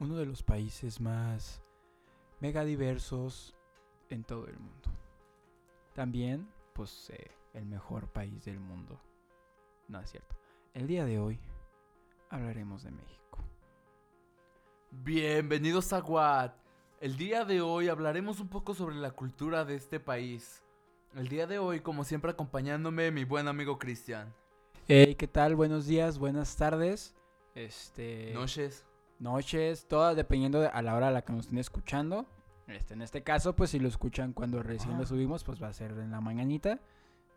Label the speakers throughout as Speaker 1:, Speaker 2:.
Speaker 1: uno de los países más megadiversos en todo el mundo. También posee el mejor país del mundo. No es cierto. El día de hoy hablaremos de México.
Speaker 2: Bienvenidos a Watt. El día de hoy hablaremos un poco sobre la cultura de este país. El día de hoy, como siempre, acompañándome mi buen amigo Cristian.
Speaker 1: Hey, ¿qué tal? Buenos días, buenas tardes. Este.
Speaker 2: Noches.
Speaker 1: noches, todas dependiendo de a la hora a la que nos estén escuchando. Este, en este caso, pues si lo escuchan cuando recién lo
Speaker 2: Ah.
Speaker 1: subimos, pues va a ser en la mañanita.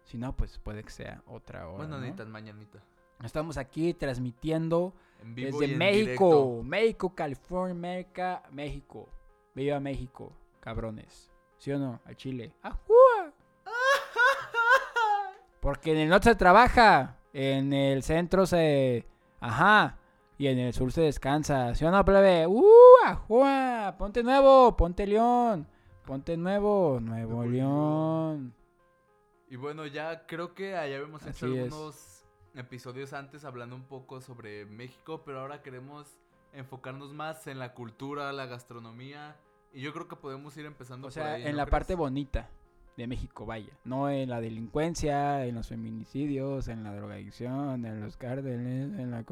Speaker 1: Si no, pues puede que sea otra hora.
Speaker 2: Bueno,
Speaker 1: ¿no?
Speaker 2: ni tan mañanita.
Speaker 1: Estamos aquí transmitiendo
Speaker 2: En vivo y
Speaker 1: desde
Speaker 2: en
Speaker 1: México,
Speaker 2: directo.
Speaker 1: México, California, América, México. Viva México, cabrones. ¿Sí o no? A Chile. ¡Ajúa! Porque en el norte se trabaja, en el centro se. Ajá. Y en el sur se descansa. ¿Sí o no, plebe? ¡Uh! ¡Ajúa! Ponte nuevo, ponte león. Ponte nuevo, nuevo
Speaker 2: Nuevo
Speaker 1: león.
Speaker 2: Y bueno, ya creo que allá habíamos hecho
Speaker 1: Así es.
Speaker 2: algunos episodios antes hablando un poco sobre México, pero ahora queremos enfocarnos más en la cultura, la gastronomía. Y yo creo que podemos ir
Speaker 1: O
Speaker 2: empezando por
Speaker 1: sea,
Speaker 2: ahí.
Speaker 1: en
Speaker 2: ¿no
Speaker 1: la parte
Speaker 2: crees?
Speaker 1: bonita de México, vaya. No en la delincuencia, en los feminicidios, en la drogadicción, en los cárdenes, en la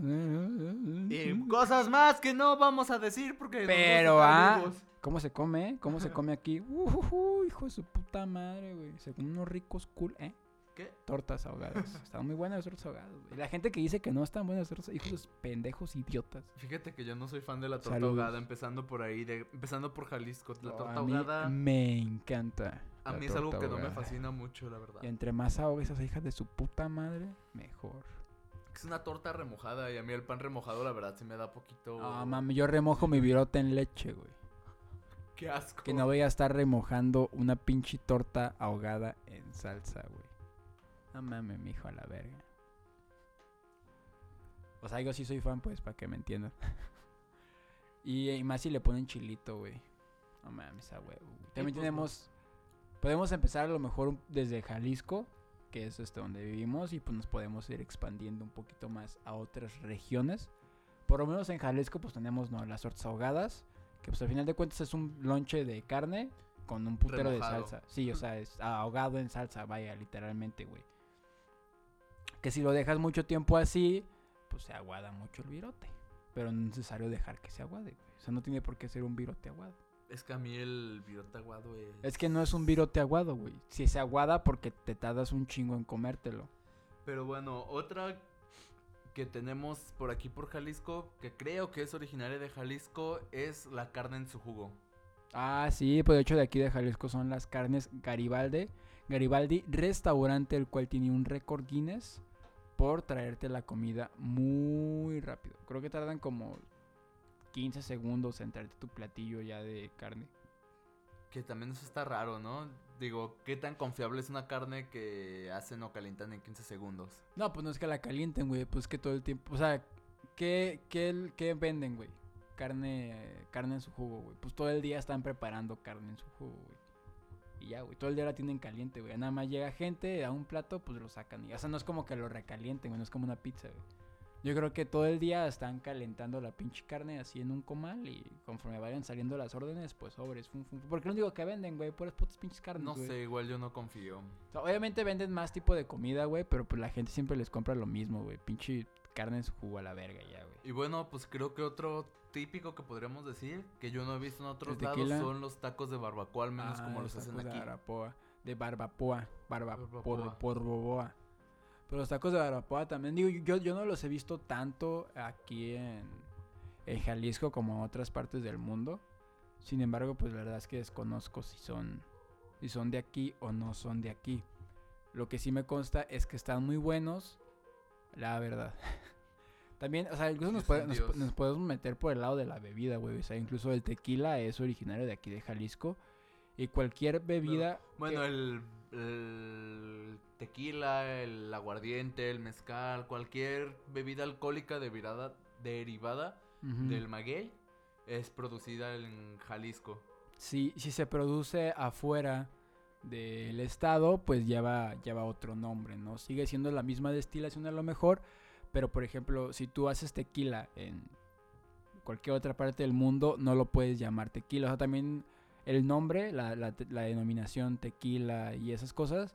Speaker 1: corrupción.
Speaker 2: Y cosas más que no vamos a decir porque. nos vamos a
Speaker 1: Mm. Pero,
Speaker 2: quedar
Speaker 1: ah,
Speaker 2: vivos.
Speaker 1: ¿cómo se come? eh? ¿Cómo se come aquí? Ujujú, hijo de su puta madre, güey. Según unos ricos cool, ¿eh?
Speaker 2: ¿Qué?
Speaker 1: Tortas ahogadas. Están muy buenas las tortas ahogadas, güey. La gente que dice que no están buenas las tortas, hijos de sus pendejos idiotas.
Speaker 2: Fíjate que yo no soy fan de la torta
Speaker 1: Saludos.
Speaker 2: ahogada, empezando por ahí, de, empezando por Jalisco. La
Speaker 1: No,
Speaker 2: torta
Speaker 1: a mí
Speaker 2: ahogada
Speaker 1: me encanta.
Speaker 2: a
Speaker 1: la
Speaker 2: mí es algo que
Speaker 1: torta
Speaker 2: no me
Speaker 1: ahogada.
Speaker 2: fascina mucho, la verdad.
Speaker 1: Y entre más ahogues a esas hijas de su puta madre, mejor.
Speaker 2: Es una torta remojada y a mí el pan remojado, la verdad, sí me da poquito.
Speaker 1: Ah, mami, yo remojo mi virote en leche, güey.
Speaker 2: Qué asco.
Speaker 1: Que no voy a estar remojando una pinche torta ahogada en salsa, güey. No mames, mijo, a la verga. O sea, yo sí soy fan, pues, para que me entiendan. y, eh, más si le ponen chilito, güey. No mames, a huevo. güey. También
Speaker 2: pues,
Speaker 1: tenemos... Podemos empezar a lo mejor un- desde Jalisco, que es este, donde vivimos, y pues nos podemos ir expandiendo un poquito más a otras regiones. Por lo menos en Jalisco pues tenemos ¿no? las tortas ahogadas, que pues al final de cuentas es un lonche de carne con un putero de
Speaker 2: Remojado.
Speaker 1: salsa. Sí, o sea, es ahogado en salsa, vaya, literalmente, güey. Que si lo dejas mucho tiempo así, pues se aguada mucho el virote. Pero no es necesario dejar que se aguade, güey. O sea, no tiene por qué ser un virote aguado.
Speaker 2: Es que a mí el virote aguado es.
Speaker 1: Es que no es un virote aguado, güey. Si se aguada porque te tardas un chingo en comértelo.
Speaker 2: Pero bueno, otra que tenemos por aquí por Jalisco, que creo que es originaria de Jalisco, es la carne en su jugo.
Speaker 1: Ah, sí, pues de hecho de aquí de Jalisco son las carnes Garibaldi. Garibaldi, restaurante el cual tiene un récord Guinness por traerte la comida muy rápido. Creo que tardan como 15 segundos en traerte tu platillo ya de carne.
Speaker 2: Que también eso está raro, ¿no? Digo, ¿qué tan confiable es una carne que hacen o calientan en 15 segundos?
Speaker 1: No, pues no es que la calienten, güey, pues que todo el tiempo, o sea, ¿qué, qué, qué venden, güey? Carne, carne en su jugo, güey. Pues todo el día están preparando carne en su jugo, güey. Y ya, güey, todo el día la tienen caliente, güey. Nada más llega gente, da un plato, pues lo sacan. Y, o sea, no es como que lo recalienten, güey, no es como una pizza, güey. Yo creo que todo el día están calentando la pinche carne así en un comal y conforme vayan saliendo las órdenes, pues sobres, fum, fum. fum. Porque lo único que venden, güey, puras putas pinches carnes,
Speaker 2: No
Speaker 1: güey.
Speaker 2: sé, igual yo no confío.
Speaker 1: O sea, obviamente venden más tipo de comida, güey, pero pues la gente siempre les compra lo mismo, güey. Pinche carne en su jugo a la verga ya, güey.
Speaker 2: Y bueno, pues creo que otro típico que podríamos decir, que yo no he visto en otros
Speaker 1: ¿El
Speaker 2: lados,
Speaker 1: tequila?
Speaker 2: son los tacos de barbacoa, al menos
Speaker 1: Ah,
Speaker 2: como los
Speaker 1: tacos
Speaker 2: hacen
Speaker 1: De
Speaker 2: aquí.
Speaker 1: barbacoa, de barbacoa, barba-
Speaker 2: Barbacoa.
Speaker 1: por- por boboa. Pero los tacos de barbacoa también, digo, yo, yo no los he visto tanto aquí en, en Jalisco como en otras partes del mundo. Sin embargo, pues la verdad es que desconozco si son, si son de aquí o no son de aquí. Lo que sí me consta es que están muy buenos, la verdad. También, o sea, incluso nos,
Speaker 2: Dios
Speaker 1: puede-
Speaker 2: mío,
Speaker 1: nos-
Speaker 2: Dios.
Speaker 1: nos podemos meter por el lado de la bebida, güey. O sea, incluso el tequila es originario de aquí de Jalisco. Y cualquier bebida...
Speaker 2: Bueno,
Speaker 1: que-
Speaker 2: el, el tequila, el aguardiente, el mezcal, cualquier bebida alcohólica derivada, derivada
Speaker 1: Ujú.
Speaker 2: del maguey es producida en Jalisco.
Speaker 1: si, si se produce afuera del estado, pues lleva, lleva otro nombre, ¿no? Sigue siendo la misma destilación a lo mejor, pero por ejemplo, si tú haces tequila en cualquier otra parte del mundo, no lo puedes llamar tequila. O sea, también el nombre, la, la, la denominación tequila y esas cosas,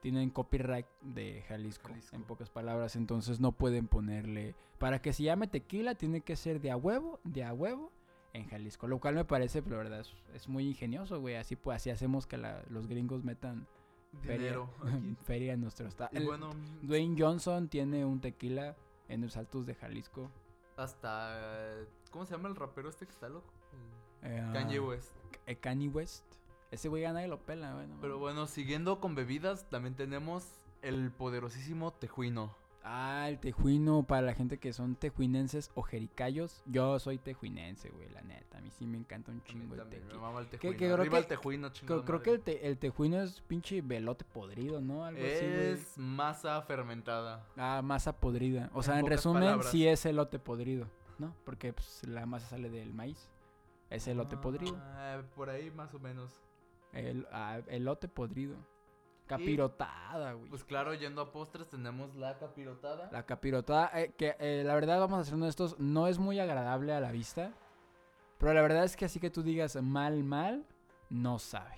Speaker 1: tienen copyright de Jalisco,
Speaker 2: Jalisco.
Speaker 1: en pocas palabras. Entonces no pueden ponerle. Para que se llame tequila, tiene que ser de a huevo, de a huevo. En Jalisco, lo cual me parece, pero la verdad es, es muy ingenioso, güey. Así pues, así hacemos que la- los gringos metan feria-
Speaker 2: Dinero. aquí.
Speaker 1: feria en nuestro estado.
Speaker 2: Y bueno,
Speaker 1: Dwayne Johnson tiene un tequila en los altos de Jalisco.
Speaker 2: hasta. eh, ¿Cómo se llama el rapero este que está loco?
Speaker 1: Eh,
Speaker 2: Kanye West.
Speaker 1: eh, Kanye West. Ese güey a nadie lo pela, güey. no
Speaker 2: Pero
Speaker 1: mames.
Speaker 2: bueno, siguiendo con bebidas, también tenemos el poderosísimo tejuino.
Speaker 1: Ah, el tejuino, para la gente que son tejuinenses o jericayos. Yo soy tejuinense, güey, la neta. A mí sí me encanta un
Speaker 2: También-
Speaker 1: chingo el
Speaker 2: también,
Speaker 1: tequila.
Speaker 2: me mama el
Speaker 1: que
Speaker 2: tejuino.
Speaker 1: creo
Speaker 2: Arriba
Speaker 1: que-
Speaker 2: el tejuino,
Speaker 1: Creo,
Speaker 2: chingada
Speaker 1: creo que
Speaker 2: madre.
Speaker 1: el, te- el tejuino es pinche velote podrido, ¿no? Algo así, güey.
Speaker 2: es masa fermentada.
Speaker 1: Ah, masa podrida. O
Speaker 2: En
Speaker 1: sea, en,
Speaker 2: pocas
Speaker 1: resumen,
Speaker 2: palabras.
Speaker 1: sí es elote podrido, ¿no? Porque pues, la masa sale del maíz. Es elote podrido.
Speaker 2: Ah, por ahí más o menos.
Speaker 1: El, ah, elote podrido. Capirotada, güey.
Speaker 2: Pues claro, yendo a postres tenemos la capirotada.
Speaker 1: La capirotada, eh, que eh, la verdad, vamos a ser honestos, no es muy agradable a la vista. Pero la verdad es que así que tú digas mal, mal, no sabe.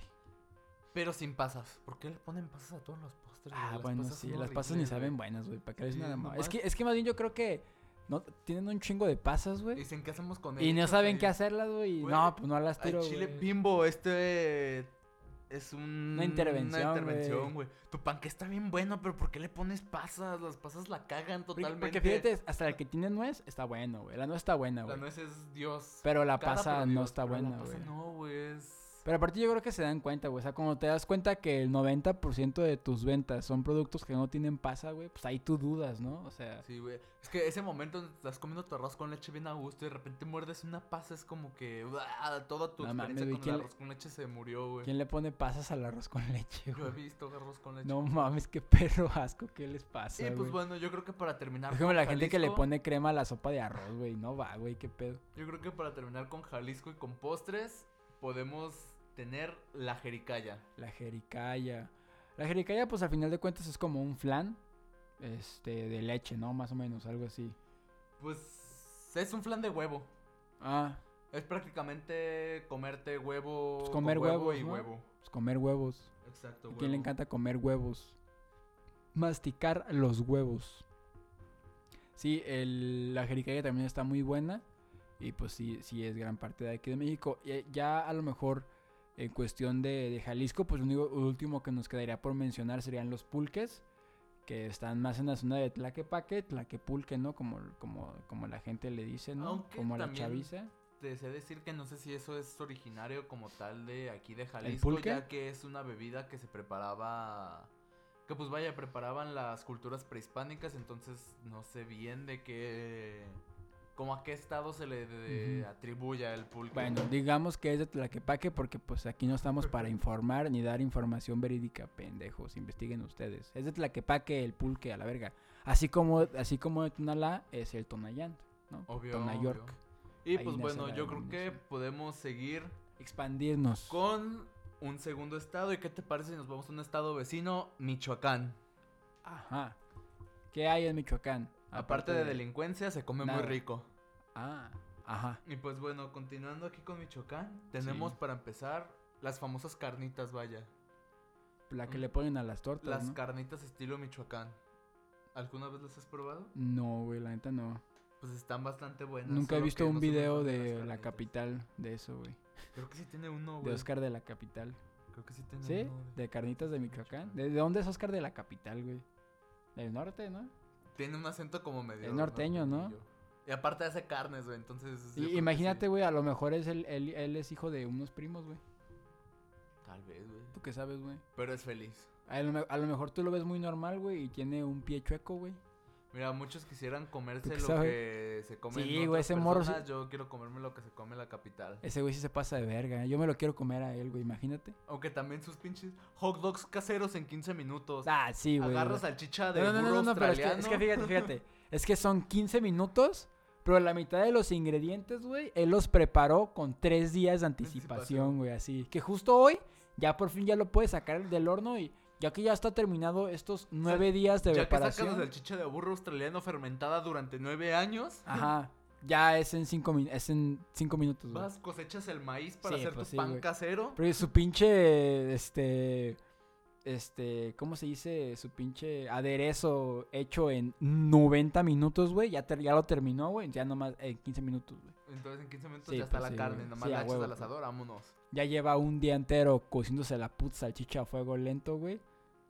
Speaker 2: Pero sin pasas. ¿Por qué le ponen pasas a todos los postres? güey?
Speaker 1: Ah,
Speaker 2: Pues, Las
Speaker 1: bueno,
Speaker 2: pasas
Speaker 1: sí,
Speaker 2: son
Speaker 1: las pasas ni
Speaker 2: horribles, güey.
Speaker 1: saben buenas, güey. ¿Para qué les
Speaker 2: Sí,
Speaker 1: nada más?
Speaker 2: nomás.
Speaker 1: Es que, es que más bien yo creo que no tienen un chingo de pasas, güey.
Speaker 2: Dicen, ¿qué hacemos con
Speaker 1: Y no
Speaker 2: ellas,
Speaker 1: saben
Speaker 2: güey?
Speaker 1: qué hacerlas, güey. y
Speaker 2: Güey,
Speaker 1: No, pues no las
Speaker 2: Al
Speaker 1: tiro,
Speaker 2: chile
Speaker 1: güey.
Speaker 2: bimbo, este es un-
Speaker 1: Una intervención,
Speaker 2: Una intervención, güey. Tu panque está bien bueno, pero ¿por qué le pones pasas? Las pasas la cagan
Speaker 1: Porque-
Speaker 2: totalmente.
Speaker 1: Porque fíjate, hasta el que tiene nuez está bueno, güey. La nuez está buena,
Speaker 2: la
Speaker 1: güey.
Speaker 2: nuez es Dios.
Speaker 1: Pero la
Speaker 2: cara,
Speaker 1: pasa
Speaker 2: pero
Speaker 1: no
Speaker 2: Dios,
Speaker 1: está
Speaker 2: pero la
Speaker 1: buena,
Speaker 2: pasa
Speaker 1: güey.
Speaker 2: No, güey, es
Speaker 1: Pero aparte yo creo que se dan cuenta, güey. O sea, cuando te das cuenta que el 90% de tus ventas son productos que no tienen pasa, güey, pues ahí tú dudas, ¿no? O sea,
Speaker 2: Sí, güey. Es que ese momento donde estás comiendo tu arroz con leche bien a gusto y de repente muerdes una pasa, es como que ¡buah! toda tu
Speaker 1: No mames,
Speaker 2: experiencia
Speaker 1: güey,
Speaker 2: con
Speaker 1: ¿quién
Speaker 2: el
Speaker 1: le-
Speaker 2: arroz con leche se murió, güey.
Speaker 1: ¿quién le pone pasas al arroz con leche,
Speaker 2: Yo
Speaker 1: güey?
Speaker 2: he visto arroz con leche.
Speaker 1: No mames, qué perro asco, ¿qué les pasa,
Speaker 2: y pues
Speaker 1: güey?
Speaker 2: bueno, yo creo que para terminar
Speaker 1: Por ejemplo,
Speaker 2: con
Speaker 1: la gente que le
Speaker 2: Jalisco-
Speaker 1: pone crema a la sopa de arroz, güey, no va, güey, qué pedo.
Speaker 2: Yo creo que para terminar con Jalisco y con postres, podemos tener la jericaya.
Speaker 1: La jericaya. La jericaya, pues al final de cuentas es como un flan, este, de leche, ¿no? Más o menos, algo así.
Speaker 2: Pues es un flan de huevo.
Speaker 1: Ah,
Speaker 2: Es prácticamente comerte huevo.
Speaker 1: Pues
Speaker 2: con
Speaker 1: comer
Speaker 2: huevo
Speaker 1: huevos,
Speaker 2: y
Speaker 1: ¿no?
Speaker 2: huevo.
Speaker 1: pues comer huevos.
Speaker 2: Exacto,
Speaker 1: ¿A
Speaker 2: huevo.
Speaker 1: quién le encanta comer huevos? Masticar los huevos. Sí, el- la jericaya también está muy buena. Y pues sí, sí es gran parte de aquí de México. Y, eh, ya a lo mejor en cuestión de, de Jalisco, pues lo único- lo último que nos quedaría por mencionar serían los pulques. Que están más en la zona de Tlaquepaque, Tlaquepulque, ¿no? Como, como, como la gente le dice, ¿no?
Speaker 2: Aunque
Speaker 1: como la
Speaker 2: también
Speaker 1: chaviza.
Speaker 2: Te sé decir que no sé si eso es originario como tal de aquí de Jalisco,
Speaker 1: pulque?
Speaker 2: ya que es una bebida que se preparaba. Que pues vaya, preparaban las culturas prehispánicas, entonces no sé bien de qué. Como a qué estado se le de-
Speaker 1: Ujú.
Speaker 2: atribuye el pulque.
Speaker 1: Bueno, digamos que es de Tlaquepaque porque pues aquí no estamos para informar ni dar información verídica, pendejos, investiguen ustedes. Es de Tlaquepaque el pulque a la verga. Así como así como de Tonalá es el Tonayán, ¿no?
Speaker 2: Obvio,
Speaker 1: Tonayork.
Speaker 2: obvio. Y
Speaker 1: Ahí
Speaker 2: pues
Speaker 1: nace
Speaker 2: bueno,
Speaker 1: la
Speaker 2: yo creo que
Speaker 1: denominación.
Speaker 2: podemos seguir
Speaker 1: Expandirnos.
Speaker 2: con un segundo estado. ¿Y qué te parece si nos vamos a un estado vecino, Michoacán?
Speaker 1: Ajá. ¿Qué hay en Michoacán?
Speaker 2: Aparte de delincuencia, se come muy
Speaker 1: Nada.
Speaker 2: rico.
Speaker 1: Ah, ajá.
Speaker 2: Y pues bueno, continuando aquí con Michoacán, tenemos
Speaker 1: Sí.
Speaker 2: para empezar las famosas carnitas, vaya.
Speaker 1: La que
Speaker 2: Mm.
Speaker 1: le ponen a las tortas,
Speaker 2: Las
Speaker 1: ¿no?
Speaker 2: carnitas estilo Michoacán. ¿Alguna vez las has probado?
Speaker 1: No, güey, la neta no.
Speaker 2: Pues están bastante buenas.
Speaker 1: Nunca he
Speaker 2: solo
Speaker 1: visto
Speaker 2: que
Speaker 1: un
Speaker 2: no soy muy
Speaker 1: video
Speaker 2: fan las
Speaker 1: de la
Speaker 2: carnitas.
Speaker 1: capital de eso, güey.
Speaker 2: Creo que sí tiene uno,
Speaker 1: De
Speaker 2: güey.
Speaker 1: Oscar de la capital.
Speaker 2: Creo que sí tiene
Speaker 1: ¿Sí?
Speaker 2: uno. güey.
Speaker 1: De carnitas de Michoacán. ¿De, de dónde es Oscar de la capital, güey? Del norte, ¿no?
Speaker 2: Tiene un acento como medio.
Speaker 1: Es norteño, ¿no?
Speaker 2: norteñillo. Y aparte hace carnes, güey, entonces. yo
Speaker 1: Y-
Speaker 2: creo que
Speaker 1: imagínate,
Speaker 2: sí.
Speaker 1: güey, a lo mejor es el, él, él es hijo de unos primos, güey.
Speaker 2: Tal vez, güey.
Speaker 1: ¿Tú qué sabes, güey?
Speaker 2: Pero es feliz.
Speaker 1: A lo, me- a lo mejor tú lo ves muy normal, güey, y tiene un pie chueco, güey.
Speaker 2: Mira, muchos quisieran comerse
Speaker 1: ¿Tú qué
Speaker 2: lo
Speaker 1: sabes?
Speaker 2: que se come
Speaker 1: Sí,
Speaker 2: en
Speaker 1: güey,
Speaker 2: otras
Speaker 1: ese morro sí-
Speaker 2: personas, Yo quiero comerme lo que se come en la capital.
Speaker 1: Ese güey sí se pasa de verga. Yo me lo quiero comer a él, güey, imagínate.
Speaker 2: Aunque también sus pinches hot dogs caseros en 15 minutos.
Speaker 1: Ah, sí, güey.
Speaker 2: Agarra
Speaker 1: güey.
Speaker 2: salchicha de
Speaker 1: No, no, no,
Speaker 2: burro
Speaker 1: no, no, pero es que,
Speaker 2: australiano.
Speaker 1: es que fíjate, fíjate. es que son 15 minutos, pero la mitad de los ingredientes, güey, él los preparó con tres días de
Speaker 2: Anticipación.
Speaker 1: anticipación, güey, así. Que justo hoy, ya por fin ya lo puedes sacar del horno y ya que ya está terminado estos nueve días de
Speaker 2: ya que sacas
Speaker 1: preparación.
Speaker 2: la salchicha de burro australiano fermentada durante 9 años,
Speaker 1: Ajá. ya es en cinco, min- es en cinco minutos, güey.
Speaker 2: Vas, cosechas el maíz para
Speaker 1: Sí,
Speaker 2: hacer
Speaker 1: pues
Speaker 2: tu
Speaker 1: sí,
Speaker 2: pan
Speaker 1: güey.
Speaker 2: casero.
Speaker 1: Pero su pinche, este, este, ¿cómo se dice? Su pinche aderezo hecho en 90 minutos, güey. Ya, ter- ya lo terminó, güey. Ya nomás en 15 minutos, güey.
Speaker 2: Entonces en 15 minutos
Speaker 1: Sí,
Speaker 2: ya está
Speaker 1: pues
Speaker 2: la
Speaker 1: sí,
Speaker 2: carne,
Speaker 1: güey.
Speaker 2: nomás
Speaker 1: Sí,
Speaker 2: la
Speaker 1: a
Speaker 2: echas
Speaker 1: huevo,
Speaker 2: al
Speaker 1: pues.
Speaker 2: asador, vámonos.
Speaker 1: Ya lleva un día entero cociéndose la puta salchicha a fuego lento, güey.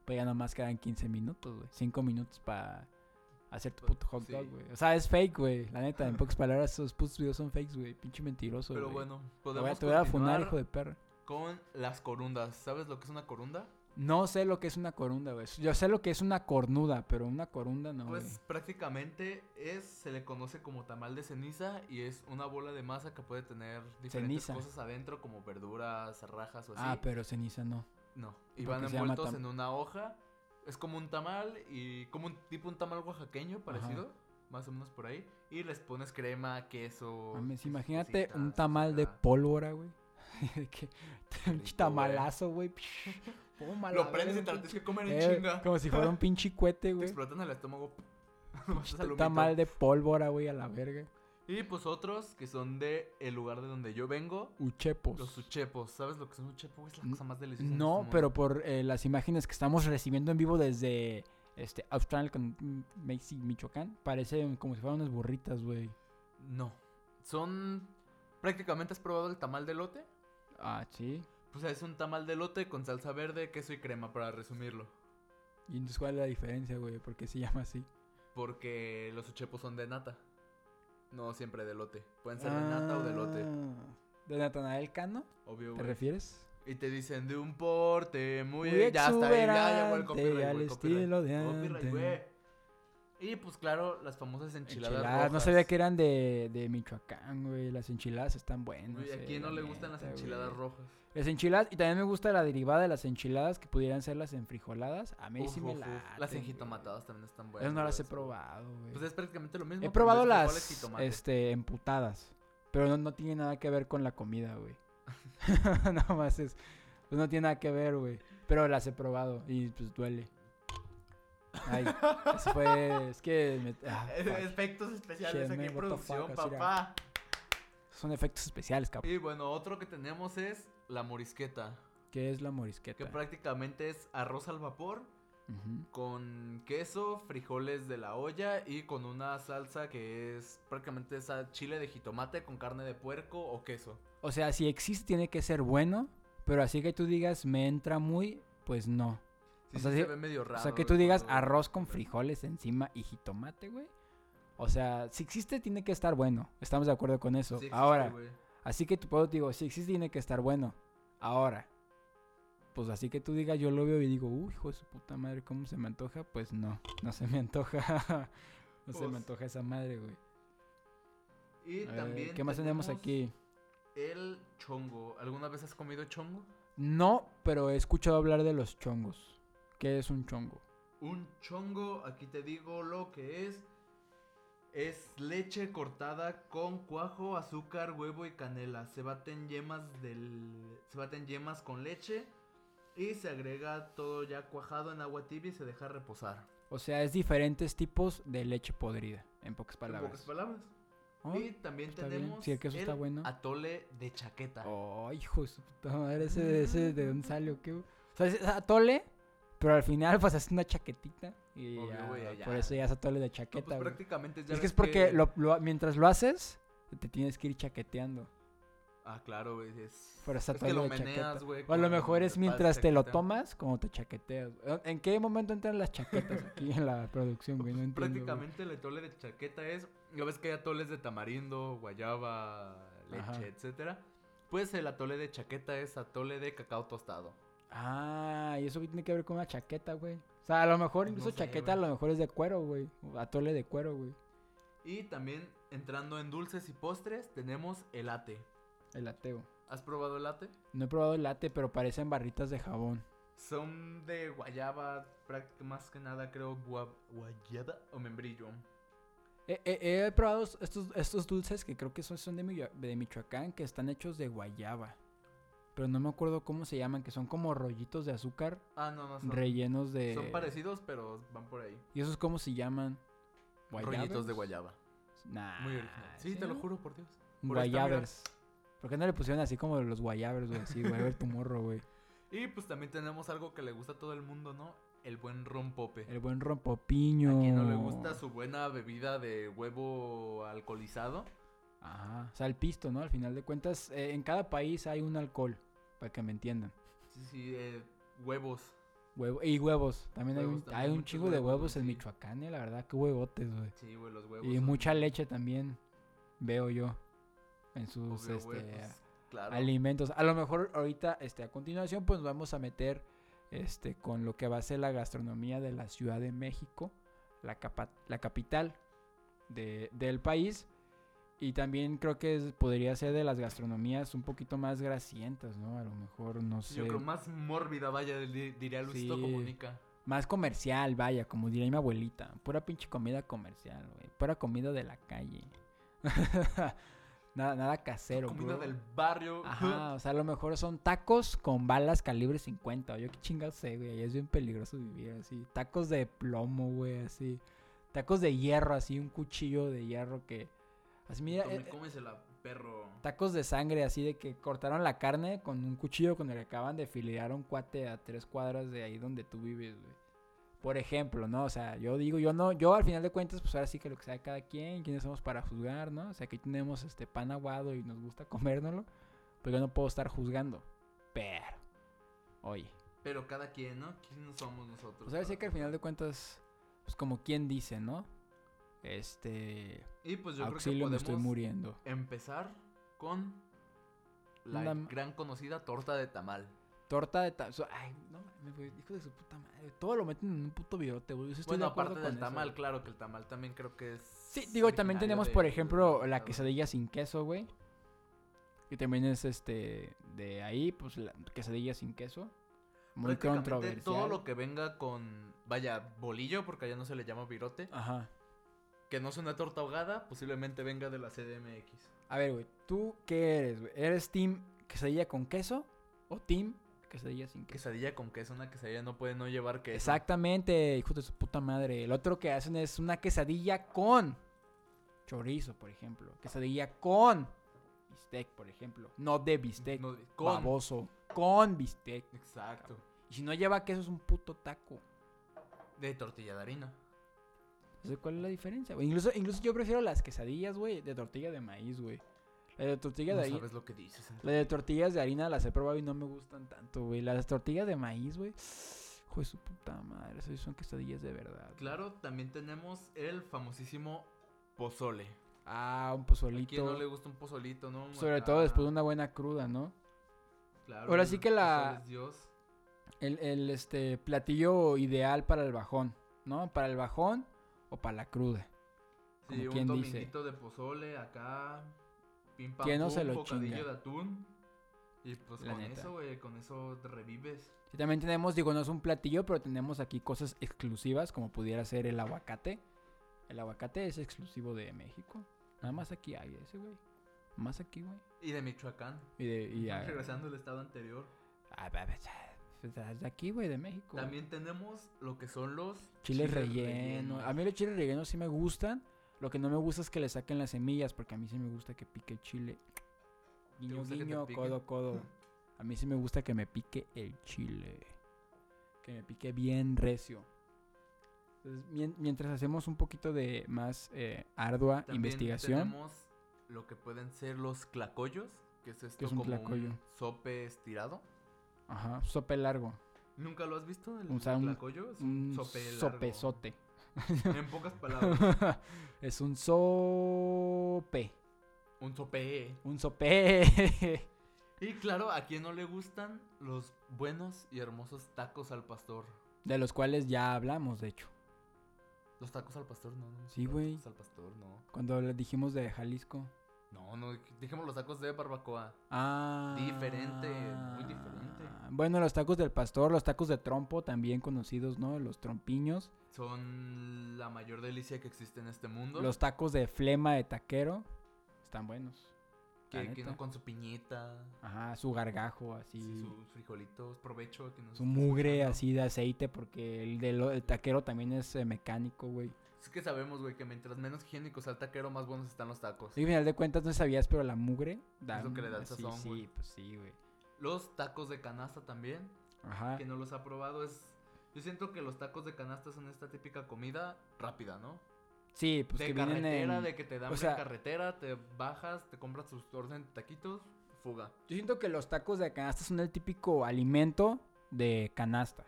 Speaker 1: Pues ya nomás quedan 15 minutos, güey. 5 minutos para hacer tu
Speaker 2: Pues,
Speaker 1: puto hot dog,
Speaker 2: sí.
Speaker 1: güey. O sea, es fake, güey. La neta, en pocas palabras, esos putos videos son fakes, güey. Pinche mentiroso,
Speaker 2: Pero
Speaker 1: güey.
Speaker 2: bueno,
Speaker 1: Te voy a-
Speaker 2: podemos
Speaker 1: te voy a funar,
Speaker 2: continuar
Speaker 1: hijo de perra.
Speaker 2: con las corundas. ¿Sabes lo que es una corunda?
Speaker 1: No sé lo que es una corunda, güey. Yo sé lo que es una cornuda, pero una corunda no, güey.
Speaker 2: Pues prácticamente es, se le conoce como tamal de ceniza y es una bola de masa que puede tener diferentes
Speaker 1: Ceniza.
Speaker 2: cosas adentro como verduras, rajas o así.
Speaker 1: Ah, pero ceniza no.
Speaker 2: No, y
Speaker 1: Porque
Speaker 2: van
Speaker 1: se llama
Speaker 2: envueltos
Speaker 1: tam-
Speaker 2: en una hoja. Es como un tamal y como un tipo un tamal oaxaqueño parecido, más o menos por ahí. Y les pones crema, queso.
Speaker 1: Mames,
Speaker 2: sus
Speaker 1: Ah, imagínate un
Speaker 2: cositas,
Speaker 1: tamal de
Speaker 2: etcétera.
Speaker 1: pólvora, güey. De que- un
Speaker 2: rico,
Speaker 1: tamalazo, güey. Pum, a la
Speaker 2: Lo prendes y
Speaker 1: verga,
Speaker 2: te lo tienes que comer en
Speaker 1: Eh,
Speaker 2: chinga.
Speaker 1: Como si fuera un pinche cohete,
Speaker 2: Te
Speaker 1: güey.
Speaker 2: explotan el estómago. Vas al
Speaker 1: Un
Speaker 2: humito.
Speaker 1: Este tamal de pólvora, güey, a la verga.
Speaker 2: Y pues otros que son de el lugar de donde yo vengo.
Speaker 1: Uchepos.
Speaker 2: Los uchepos, ¿sabes lo que es un uchepo? Es la
Speaker 1: N-
Speaker 2: cosa más deliciosa. en este
Speaker 1: No,
Speaker 2: mundo.
Speaker 1: pero por eh, las imágenes que estamos recibiendo en vivo desde este Australia con mm, Mexi, Michoacán, parecen como si fueran unas burritas, güey.
Speaker 2: No. Son. Prácticamente has probado el tamal de lote.
Speaker 1: Ah, sí.
Speaker 2: Pues es un tamal de lote con salsa verde, queso y crema, para resumirlo.
Speaker 1: ¿Y entonces cuál es la diferencia, güey? ¿Por qué se llama así?
Speaker 2: Porque los uchepos son de nata. No siempre de lote. Pueden ser de nata o de lote.
Speaker 1: Ah, ¿De Natanael Cano?
Speaker 2: Obvio,
Speaker 1: ¿Te
Speaker 2: güey.
Speaker 1: refieres?
Speaker 2: Y te dicen de un porte muy,
Speaker 1: Muy
Speaker 2: ya está ahí, ya llegó el
Speaker 1: exuberante
Speaker 2: copyright,
Speaker 1: al
Speaker 2: güey, copyright.
Speaker 1: estilo de
Speaker 2: Copyright,
Speaker 1: antes.
Speaker 2: güey. Y pues claro, las famosas enchiladas,
Speaker 1: Enchiladas, no
Speaker 2: rojas.
Speaker 1: sabía que eran de, de Michoacán, güey. Las enchiladas están buenas.
Speaker 2: Güey, ¿a
Speaker 1: eh,
Speaker 2: quién no
Speaker 1: la
Speaker 2: le gustan las
Speaker 1: neta,
Speaker 2: enchiladas
Speaker 1: güey.
Speaker 2: rojas?
Speaker 1: Las enchiladas, y también me gusta la derivada de las enchiladas que pudieran ser las enfrijoladas. A mí
Speaker 2: Uf,
Speaker 1: sí me
Speaker 2: uf, uf.
Speaker 1: laten,
Speaker 2: Las
Speaker 1: güey.
Speaker 2: enjitomatadas también están buenas.
Speaker 1: Esas no las he
Speaker 2: güey.
Speaker 1: probado, güey.
Speaker 2: Pues es prácticamente lo mismo.
Speaker 1: he
Speaker 2: pero
Speaker 1: probado
Speaker 2: en vez de frijoles,
Speaker 1: las
Speaker 2: jitomate.
Speaker 1: este, emputadas, pero no, no tiene nada que ver con la comida, güey. nada más es. Pues no tiene nada que ver, güey. Pero las he probado y pues duele. Ay, eso fue. Es que. me- ah, fuck.
Speaker 2: Efectos especiales
Speaker 1: Shit,
Speaker 2: aquí
Speaker 1: man,
Speaker 2: en
Speaker 1: what the
Speaker 2: producción,
Speaker 1: fuck, así era.
Speaker 2: papá.
Speaker 1: Son efectos especiales, cabrón.
Speaker 2: Y bueno, otro que tenemos es la morisqueta.
Speaker 1: ¿Qué es la
Speaker 2: Que
Speaker 1: morisqueta?
Speaker 2: prácticamente es arroz al vapor
Speaker 1: Ujú.
Speaker 2: con queso, frijoles de la olla y con una salsa que es prácticamente esa chile de jitomate con carne de puerco o queso.
Speaker 1: O sea, si existe, tiene que ser bueno. Pero así que tú digas, me entra muy, pues no.
Speaker 2: Sí,
Speaker 1: O sea,
Speaker 2: sí
Speaker 1: sí-
Speaker 2: se ve medio
Speaker 1: O
Speaker 2: raro.
Speaker 1: sea, que
Speaker 2: güey,
Speaker 1: tú digas
Speaker 2: cuando-
Speaker 1: arroz con frijoles encima y jitomate, güey. O sea, si existe, tiene que estar bueno. Estamos de acuerdo con
Speaker 2: Sí
Speaker 1: eso.
Speaker 2: existe,
Speaker 1: Ahora,
Speaker 2: güey.
Speaker 1: así que tú puedo digo, si existe, tiene que estar bueno. Ahora, pues así que tú digas, yo lo veo y digo, uy, hijo de su puta madre, ¿cómo se me antoja? Pues no, no se me antoja. no se
Speaker 2: Pues-
Speaker 1: me antoja esa madre, güey.
Speaker 2: Y
Speaker 1: A ver,
Speaker 2: también
Speaker 1: ¿Qué más tenemos aquí?
Speaker 2: El chongo. ¿Alguna vez has comido chongo?
Speaker 1: No, pero he escuchado hablar de los chongos. ¿Qué es un chongo?
Speaker 2: Un chongo, aquí te digo lo que es. Es leche cortada con cuajo, azúcar, huevo y canela. Se baten yemas del. Se baten yemas con leche. Y se agrega todo ya cuajado en agua tibia y se deja reposar.
Speaker 1: O sea, es diferentes tipos de leche podrida, en pocas
Speaker 2: En
Speaker 1: palabras.
Speaker 2: pocas palabras.
Speaker 1: Oh,
Speaker 2: y también
Speaker 1: está bien.
Speaker 2: tenemos
Speaker 1: Si el queso está bueno.
Speaker 2: atole de chaqueta.
Speaker 1: Oh, hijo de su puta madre, ese, ese de dónde sale o qué. güey? O sea, es es atole, pero al final pues es una chaquetita. Y
Speaker 2: Obvio,
Speaker 1: ya,
Speaker 2: güey, ya.
Speaker 1: por eso ya es atole de
Speaker 2: No, pues
Speaker 1: chaqueta, güey.
Speaker 2: prácticamente ya
Speaker 1: es que
Speaker 2: ves
Speaker 1: es porque lo- lo- mientras lo haces, te tienes que ir chaqueteando.
Speaker 2: Ah, claro, güey. Es...
Speaker 1: Pero es
Speaker 2: es
Speaker 1: atole
Speaker 2: que lo
Speaker 1: de
Speaker 2: meneas,
Speaker 1: chaqueta.
Speaker 2: güey.
Speaker 1: O a lo
Speaker 2: con
Speaker 1: mejor es
Speaker 2: el
Speaker 1: mientras
Speaker 2: pan
Speaker 1: te lo
Speaker 2: chaqueta.
Speaker 1: tomas, como te chaqueteas. ¿En- ¿En qué momento entran las chaquetas aquí en la producción, güey? No entiendo. güey.
Speaker 2: Prácticamente el atole de chaqueta es, ya ves que hay atoles de tamarindo, guayaba, leche,
Speaker 1: Ajá.
Speaker 2: etcétera. Pues el atole de chaqueta es atole de cacao tostado.
Speaker 1: Ah, y eso que tiene que ver con una chaqueta, güey. O sea, a lo mejor
Speaker 2: Pues no
Speaker 1: incluso
Speaker 2: sé,
Speaker 1: chaqueta
Speaker 2: güey.
Speaker 1: a lo mejor es de cuero, güey. o Atole de cuero, güey.
Speaker 2: Y también entrando en dulces y postres tenemos el ate.
Speaker 1: El ateo.
Speaker 2: ¿Has probado el ate?
Speaker 1: No he probado el latte, pero parecen barritas de jabón.
Speaker 2: Son de guayaba, práct- más que nada creo gua- guayaba o membrillo.
Speaker 1: He, he- he probado es- estos, estos dulces que creo que son, son de, Millo- de Michoacán, que están hechos de guayaba. Pero no me acuerdo cómo se llaman, que son como rollitos de azúcar
Speaker 2: Ah, no, no son.
Speaker 1: rellenos de...
Speaker 2: Son parecidos, pero van por ahí.
Speaker 1: ¿Y esos cómo se llaman? ¿Guayabes?
Speaker 2: Rollitos de guayaba.
Speaker 1: Nah.
Speaker 2: Muy original. Sí, te lo
Speaker 1: ¿no?
Speaker 2: juro por Dios. por esta, mira.
Speaker 1: Guayabers. ¿Por qué no le pusieron así como los guayabers, güey? Así, güey, a ver tu morro, güey.
Speaker 2: Y pues también tenemos algo que le gusta a todo el mundo, ¿no? El buen rompope.
Speaker 1: El buen rompopiño.
Speaker 2: A quien no le gusta su buena bebida de huevo alcoholizado.
Speaker 1: Ajá. O sea, el pisto, ¿no? Al final de cuentas, eh, en cada país hay un alcohol, para que me entiendan.
Speaker 2: Sí, sí, eh, huevos.
Speaker 1: Huevo, y huevos. También hay
Speaker 2: Huevos
Speaker 1: un,
Speaker 2: también,
Speaker 1: hay un
Speaker 2: muchos
Speaker 1: chingo de
Speaker 2: huevos,
Speaker 1: huevos en
Speaker 2: sí.
Speaker 1: Michoacán, eh, la verdad. Qué huevotes, güey.
Speaker 2: Sí, güey, los huevos.
Speaker 1: Y
Speaker 2: son
Speaker 1: mucha leche también, veo yo, en sus
Speaker 2: obvio,
Speaker 1: este,
Speaker 2: güey, pues, claro.
Speaker 1: alimentos. A lo mejor ahorita, este, a continuación, pues nos vamos a meter este, con lo que va a ser la gastronomía de la Ciudad de México, la, capa- la capital de- del país. Y también creo que es- podría ser de las gastronomías un poquito más grasientas, ¿no? A lo mejor, no sé.
Speaker 2: Yo creo más mórbida, vaya, di- diría
Speaker 1: eh.
Speaker 2: Luisito
Speaker 1: Sí.
Speaker 2: Comunica.
Speaker 1: Más comercial, vaya, como diría mi abuelita. Pura pinche comida comercial, güey. Pura comida de la calle. nada, nada casero,
Speaker 2: Comida
Speaker 1: bro.
Speaker 2: del barrio.
Speaker 1: Ajá, o sea, a lo mejor son tacos con balas calibre 50. o Yo qué chingados sé, güey. ahí es bien peligroso vivir así. Tacos de plomo, güey, así. Tacos de hierro, así. Un cuchillo de hierro que. Así, mira. eh,
Speaker 2: Come-
Speaker 1: eh,
Speaker 2: cómesela, perro.
Speaker 1: tacos de sangre, así de que cortaron la carne con un cuchillo con el que acaban de filear a un cuate a tres cuadras de ahí donde tú vives, güey. Por ejemplo, ¿no? O sea, yo digo, yo no, yo al final de cuentas, pues ahora sí que lo que sea cada quien, quiénes somos para juzgar, ¿no? O sea, aquí tenemos este pan aguado y nos gusta comérnoslo, pero yo no puedo estar juzgando. Pero, oye,
Speaker 2: Pero cada quien, ¿no? ¿Quiénes somos nosotros?
Speaker 1: pues ahora sí
Speaker 2: para
Speaker 1: que al final de
Speaker 2: juzgar?
Speaker 1: cuentas, pues como quien dice, ¿no? Este,
Speaker 2: Y pues yo
Speaker 1: auxilio,
Speaker 2: creo
Speaker 1: me
Speaker 2: que
Speaker 1: estoy
Speaker 2: podemos
Speaker 1: muriendo.
Speaker 2: empezar con la
Speaker 1: Una-
Speaker 2: gran conocida torta de tamal.
Speaker 1: Torta de tamal. Ay, no mames, güey. Hijo de su puta madre. Todo lo meten en un puto virote, güey. Yo sí estoy
Speaker 2: bueno,
Speaker 1: de acuerdo
Speaker 2: aparte
Speaker 1: con
Speaker 2: del
Speaker 1: eso,
Speaker 2: tamal,
Speaker 1: güey.
Speaker 2: claro que el tamal también creo que es.
Speaker 1: Sí, digo, también
Speaker 2: originario
Speaker 1: tenemos,
Speaker 2: de-
Speaker 1: por
Speaker 2: de-
Speaker 1: ejemplo,
Speaker 2: de-
Speaker 1: la
Speaker 2: de-
Speaker 1: quesadilla sin queso, güey. Que también es este. De ahí, pues la quesadilla sin queso. Muy
Speaker 2: Prácticamente
Speaker 1: controversial.
Speaker 2: Todo lo que venga con, vaya, bolillo, porque allá no se le llama virote,
Speaker 1: Ajá.
Speaker 2: que no sea una torta ahogada, posiblemente venga de la CDMX.
Speaker 1: A ver, güey. ¿Tú qué eres, güey? ¿Eres team quesadilla con queso? ¿O team quesadilla sin queso?
Speaker 2: Quesadilla con queso, una quesadilla no puede no llevar queso.
Speaker 1: Exactamente, hijo de su puta madre. El otro que hacen es una quesadilla con chorizo, por ejemplo. Quesadilla con bistec, por ejemplo. No de bistec.
Speaker 2: No, con.
Speaker 1: con. Con bistec.
Speaker 2: Exacto.
Speaker 1: Y si no lleva queso es un puto taco.
Speaker 2: De tortilla de harina.
Speaker 1: No sé cuál es la diferencia, güey. Incluso, incluso yo prefiero las quesadillas, güey, de tortilla de maíz, güey. La de tortilla
Speaker 2: No
Speaker 1: de harina.
Speaker 2: sabes lo que dices.
Speaker 1: La de tortillas de harina las he probado y no me gustan tanto, güey. Las tortillas de maíz, güey. Hijo de su puta madre. Esas son quesadillas de verdad. güey.
Speaker 2: Claro, también tenemos el famosísimo pozole.
Speaker 1: Ah, un
Speaker 2: ¿A quién
Speaker 1: pozolito.
Speaker 2: no le gusta un pozolito, no?
Speaker 1: Sobre
Speaker 2: Acá,
Speaker 1: todo después de una buena cruda, ¿no?
Speaker 2: claro,
Speaker 1: Ahora sí
Speaker 2: el
Speaker 1: que la-
Speaker 2: pozole es Dios.
Speaker 1: El, el, este platillo ideal para el bajón, ¿no? Para el bajón o para la cruda.
Speaker 2: Sí,
Speaker 1: como
Speaker 2: un
Speaker 1: quien dice.
Speaker 2: dominguito de pozole acá. Pim pam
Speaker 1: ¿Quién no
Speaker 2: pum,
Speaker 1: se lo
Speaker 2: bocadillo
Speaker 1: chinga?
Speaker 2: de atún. Y pues
Speaker 1: La
Speaker 2: con
Speaker 1: neta.
Speaker 2: eso, güey, con eso te revives.
Speaker 1: Y también tenemos, digo, no es un platillo, pero tenemos aquí cosas exclusivas, como pudiera ser el aguacate. El aguacate es exclusivo de México. Nada más aquí hay ese, güey. Nada Más aquí, güey.
Speaker 2: Y de Michoacán.
Speaker 1: Y de. Y, ah,
Speaker 2: Regresando al estado anterior.
Speaker 1: ah, bah, bah, ah, pues, ah, de aquí, güey, de México. güey.
Speaker 2: También tenemos lo que son los
Speaker 1: Chiles rellenos. A mí los chiles rellenos sí me gustan. Lo que no me gusta es que le saquen las semillas, porque a mí sí me gusta que pique el chile. Guiño,
Speaker 2: gusta que te
Speaker 1: guiño,
Speaker 2: pique?
Speaker 1: codo, codo. A mí sí me gusta que me pique el chile. Que me pique bien recio. Entonces, mien- mientras hacemos un poquito de más eh, ardua
Speaker 2: También
Speaker 1: investigación,
Speaker 2: Tenemos lo que pueden ser los clacoyos, que es esto
Speaker 1: es un
Speaker 2: como
Speaker 1: tlacoyo?
Speaker 2: un sope estirado.
Speaker 1: ajá, sope largo.
Speaker 2: ¿Nunca lo has visto? El
Speaker 1: O sea, un-
Speaker 2: tlacoyo es un
Speaker 1: Un
Speaker 2: sope largo.
Speaker 1: sopezote.
Speaker 2: En pocas palabras,
Speaker 1: es un sope.
Speaker 2: un sope.
Speaker 1: Un sope.
Speaker 2: Y claro, a quien no le gustan los buenos y hermosos tacos al pastor.
Speaker 1: de los cuales ya hablamos, de hecho.
Speaker 2: Los tacos al pastor, no, no.
Speaker 1: Sí,
Speaker 2: los
Speaker 1: güey.
Speaker 2: Tacos al pastor, no.
Speaker 1: Cuando le dijimos de Jalisco.
Speaker 2: No, no, dijimos los tacos de barbacoa.
Speaker 1: Ah.
Speaker 2: Diferente, muy diferente.
Speaker 1: Bueno, los tacos del pastor, los tacos de trompo, también conocidos, ¿no? Los trompiños.
Speaker 2: Son la mayor delicia que existe en este mundo.
Speaker 1: Los tacos de flema de taquero. Están buenos. la
Speaker 2: que, que
Speaker 1: neta.
Speaker 2: no con su piñita.
Speaker 1: Ajá, su gargajo así.
Speaker 2: Sí,
Speaker 1: su,
Speaker 2: sus frijolitos, provecho a quien nos esté
Speaker 1: mugre
Speaker 2: escuchando.
Speaker 1: así de aceite, porque el del el taquero también es eh, mecánico, güey.
Speaker 2: Es que sabemos, güey, que mientras menos higiénico sea el taquero, más buenos están los tacos.
Speaker 1: Y al final de cuentas no sabías, pero la mugre da.
Speaker 2: Es lo que le da el
Speaker 1: sí,
Speaker 2: sazón,
Speaker 1: Sí,
Speaker 2: güey.
Speaker 1: pues sí, güey.
Speaker 2: Los tacos de canasta también,
Speaker 1: Ajá.
Speaker 2: que no los ha probado, es... Yo siento que los tacos de canasta son esta típica comida rápida, ¿no?
Speaker 1: Sí, pues que
Speaker 2: de
Speaker 1: vienen
Speaker 2: carretera,
Speaker 1: en-
Speaker 2: de que te dan
Speaker 1: o sea-
Speaker 2: carretera, te bajas, te compras tus orden de taquitos, fuga. Ah,
Speaker 1: Yo siento que los tacos de canasta son el típico alimento de canasta,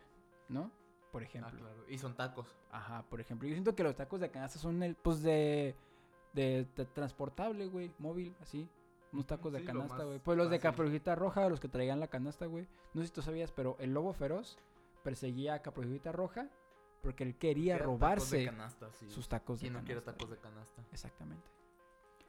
Speaker 1: ¿no? Por
Speaker 2: Ah,
Speaker 1: ejemplo.
Speaker 2: claro. Y son tacos.
Speaker 1: Ajá, por ejemplo. Yo siento que los tacos de canasta son el, pues, de, de, t- transportable, güey, móvil, así. Unos tacos de
Speaker 2: sí, lo
Speaker 1: canasta,
Speaker 2: más
Speaker 1: güey. Pues los de
Speaker 2: fácil.
Speaker 1: Caperucita Roja, los que traían la canasta, güey. No sé si tú sabías, pero el lobo feroz perseguía a Caperucita Roja porque él quería
Speaker 2: Quiero Tacos de
Speaker 1: robarse
Speaker 2: canasta, sí.
Speaker 1: sus tacos de
Speaker 2: ¿Quién no
Speaker 1: canasta.
Speaker 2: quiere tacos
Speaker 1: güey.
Speaker 2: de canasta?
Speaker 1: Exactamente.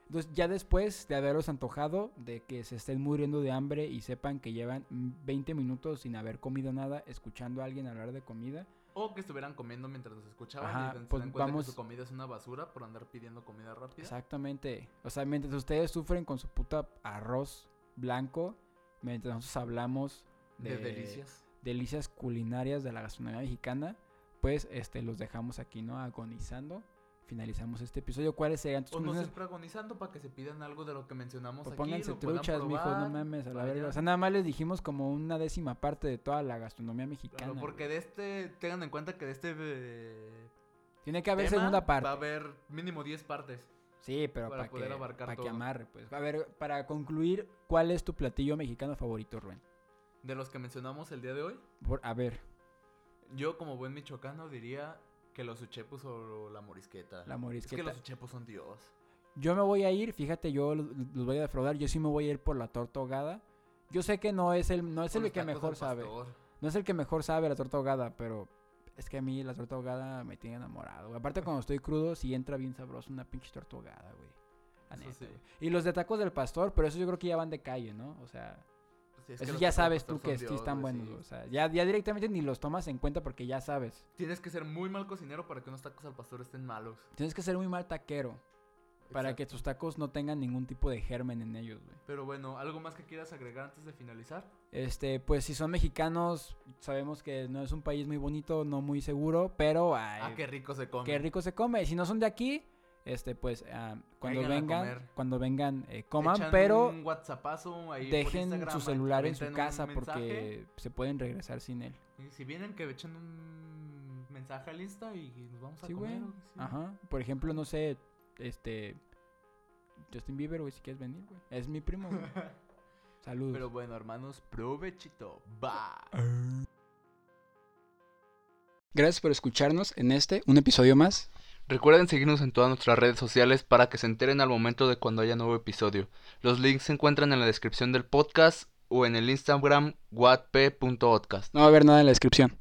Speaker 1: Entonces, ya después de haberlos antojado, de que se estén muriendo de hambre y sepan que llevan mm, 20 minutos sin haber comido nada, escuchando a alguien hablar de comida,
Speaker 2: O que estuvieran comiendo mientras nos escuchaban
Speaker 1: Ajá,
Speaker 2: y se
Speaker 1: pues
Speaker 2: dan cuenta
Speaker 1: vamos-
Speaker 2: que su comida es una basura por andar pidiendo comida rápida.
Speaker 1: Exactamente. O sea, mientras ustedes sufren con su puta arroz blanco, mientras nosotros hablamos
Speaker 2: De, delicias.
Speaker 1: delicias culinarias de la gastronomía mexicana, pues este los dejamos aquí, ¿no? Agonizando. Finalizamos este episodio. ¿Cuáles serían tus
Speaker 2: O no
Speaker 1: conclusiones?
Speaker 2: siempre agonizando para que se pidan algo de lo que mencionamos
Speaker 1: Pues
Speaker 2: aquí.
Speaker 1: pónganse
Speaker 2: lo puedan
Speaker 1: truchas, mijo, no
Speaker 2: probar,
Speaker 1: mames, a la
Speaker 2: vayan.
Speaker 1: verga. O sea, nada más les dijimos como una décima parte de toda la gastronomía mexicana.
Speaker 2: Claro, porque
Speaker 1: güey.
Speaker 2: de este, tengan en cuenta que de este eh,
Speaker 1: Tiene que haber
Speaker 2: tema
Speaker 1: segunda parte.
Speaker 2: va a haber mínimo 10 partes.
Speaker 1: Sí, pero
Speaker 2: para
Speaker 1: para,
Speaker 2: poder
Speaker 1: que,
Speaker 2: abarcar
Speaker 1: para que
Speaker 2: todo.
Speaker 1: amarre, pues. A ver, para concluir, ¿cuál es tu platillo mexicano favorito, Rubén?
Speaker 2: De los que mencionamos el día de hoy,
Speaker 1: Por- a ver.
Speaker 2: yo como buen michoacano diría que los uchepos o la morisqueta.
Speaker 1: La morisqueta.
Speaker 2: Es que los uchepos son Dios.
Speaker 1: Yo me voy a ir, fíjate, yo los, los voy a defraudar, yo sí me voy a ir por la torta ahogada. Yo sé que no es el, no es
Speaker 2: O
Speaker 1: el
Speaker 2: los
Speaker 1: que
Speaker 2: tacos al
Speaker 1: mejor sabe.
Speaker 2: pastor.
Speaker 1: No es el que mejor sabe la torta ahogada, pero es que a mí la torta ahogada me tiene enamorado. güey. Aparte cuando estoy crudo, sí entra bien sabroso una pinche torta ahogada, güey. La
Speaker 2: Eso
Speaker 1: neta,
Speaker 2: sí.
Speaker 1: güey. Y los de tacos del pastor, pero eso yo creo que ya van de calle, ¿no? O sea,
Speaker 2: Sí, es que
Speaker 1: eso
Speaker 2: los
Speaker 1: ya
Speaker 2: tacos al
Speaker 1: sabes
Speaker 2: pastor
Speaker 1: tú que
Speaker 2: son
Speaker 1: sí
Speaker 2: Dios,
Speaker 1: están
Speaker 2: güey,
Speaker 1: buenos.
Speaker 2: sí.
Speaker 1: güey. O sea, ya, ya directamente ni los tomas en cuenta porque ya sabes.
Speaker 2: Tienes que ser muy mal cocinero para que unos tacos al pastor estén malos.
Speaker 1: Tienes que ser muy mal taquero para que
Speaker 2: Exacto.
Speaker 1: tus tacos no tengan ningún tipo de germen en ellos, güey.
Speaker 2: Pero bueno, ¿algo más que quieras agregar antes de finalizar?
Speaker 1: Este, pues si son mexicanos, sabemos que no es un país muy bonito, no muy seguro, pero ay,
Speaker 2: ah, qué
Speaker 1: qué,
Speaker 2: rico se come.
Speaker 1: rico se come. Y si no son de aquí, este, pues ah, cuando
Speaker 2: Vengan a
Speaker 1: vengan,
Speaker 2: comer.
Speaker 1: cuando vengan, eh,
Speaker 2: Te
Speaker 1: coman,
Speaker 2: echan
Speaker 1: pero
Speaker 2: Un whatsappazo ahí por
Speaker 1: dejen
Speaker 2: Instagram,
Speaker 1: su celular en
Speaker 2: avientan
Speaker 1: su
Speaker 2: un
Speaker 1: casa
Speaker 2: mensaje.
Speaker 1: porque se pueden regresar sin él.
Speaker 2: Y Si vienen, que echen un mensaje al Insta y nos vamos a
Speaker 1: Sí, güey.
Speaker 2: comer. o- sí.
Speaker 1: Ajá. Por ejemplo, no sé, este, Justin Bieber, güey, si quieres venir, güey. Es mi primo, güey. Saludos.
Speaker 2: Pero bueno, hermanos, provechito. Bye.
Speaker 1: Gracias por escucharnos en este, un episodio más.
Speaker 2: Recuerden seguirnos en todas nuestras redes sociales para que se enteren al momento de cuando haya nuevo episodio. Los links se encuentran en la descripción del podcast o en el Instagram whatp.podcast.
Speaker 1: No va a haber nada en la descripción.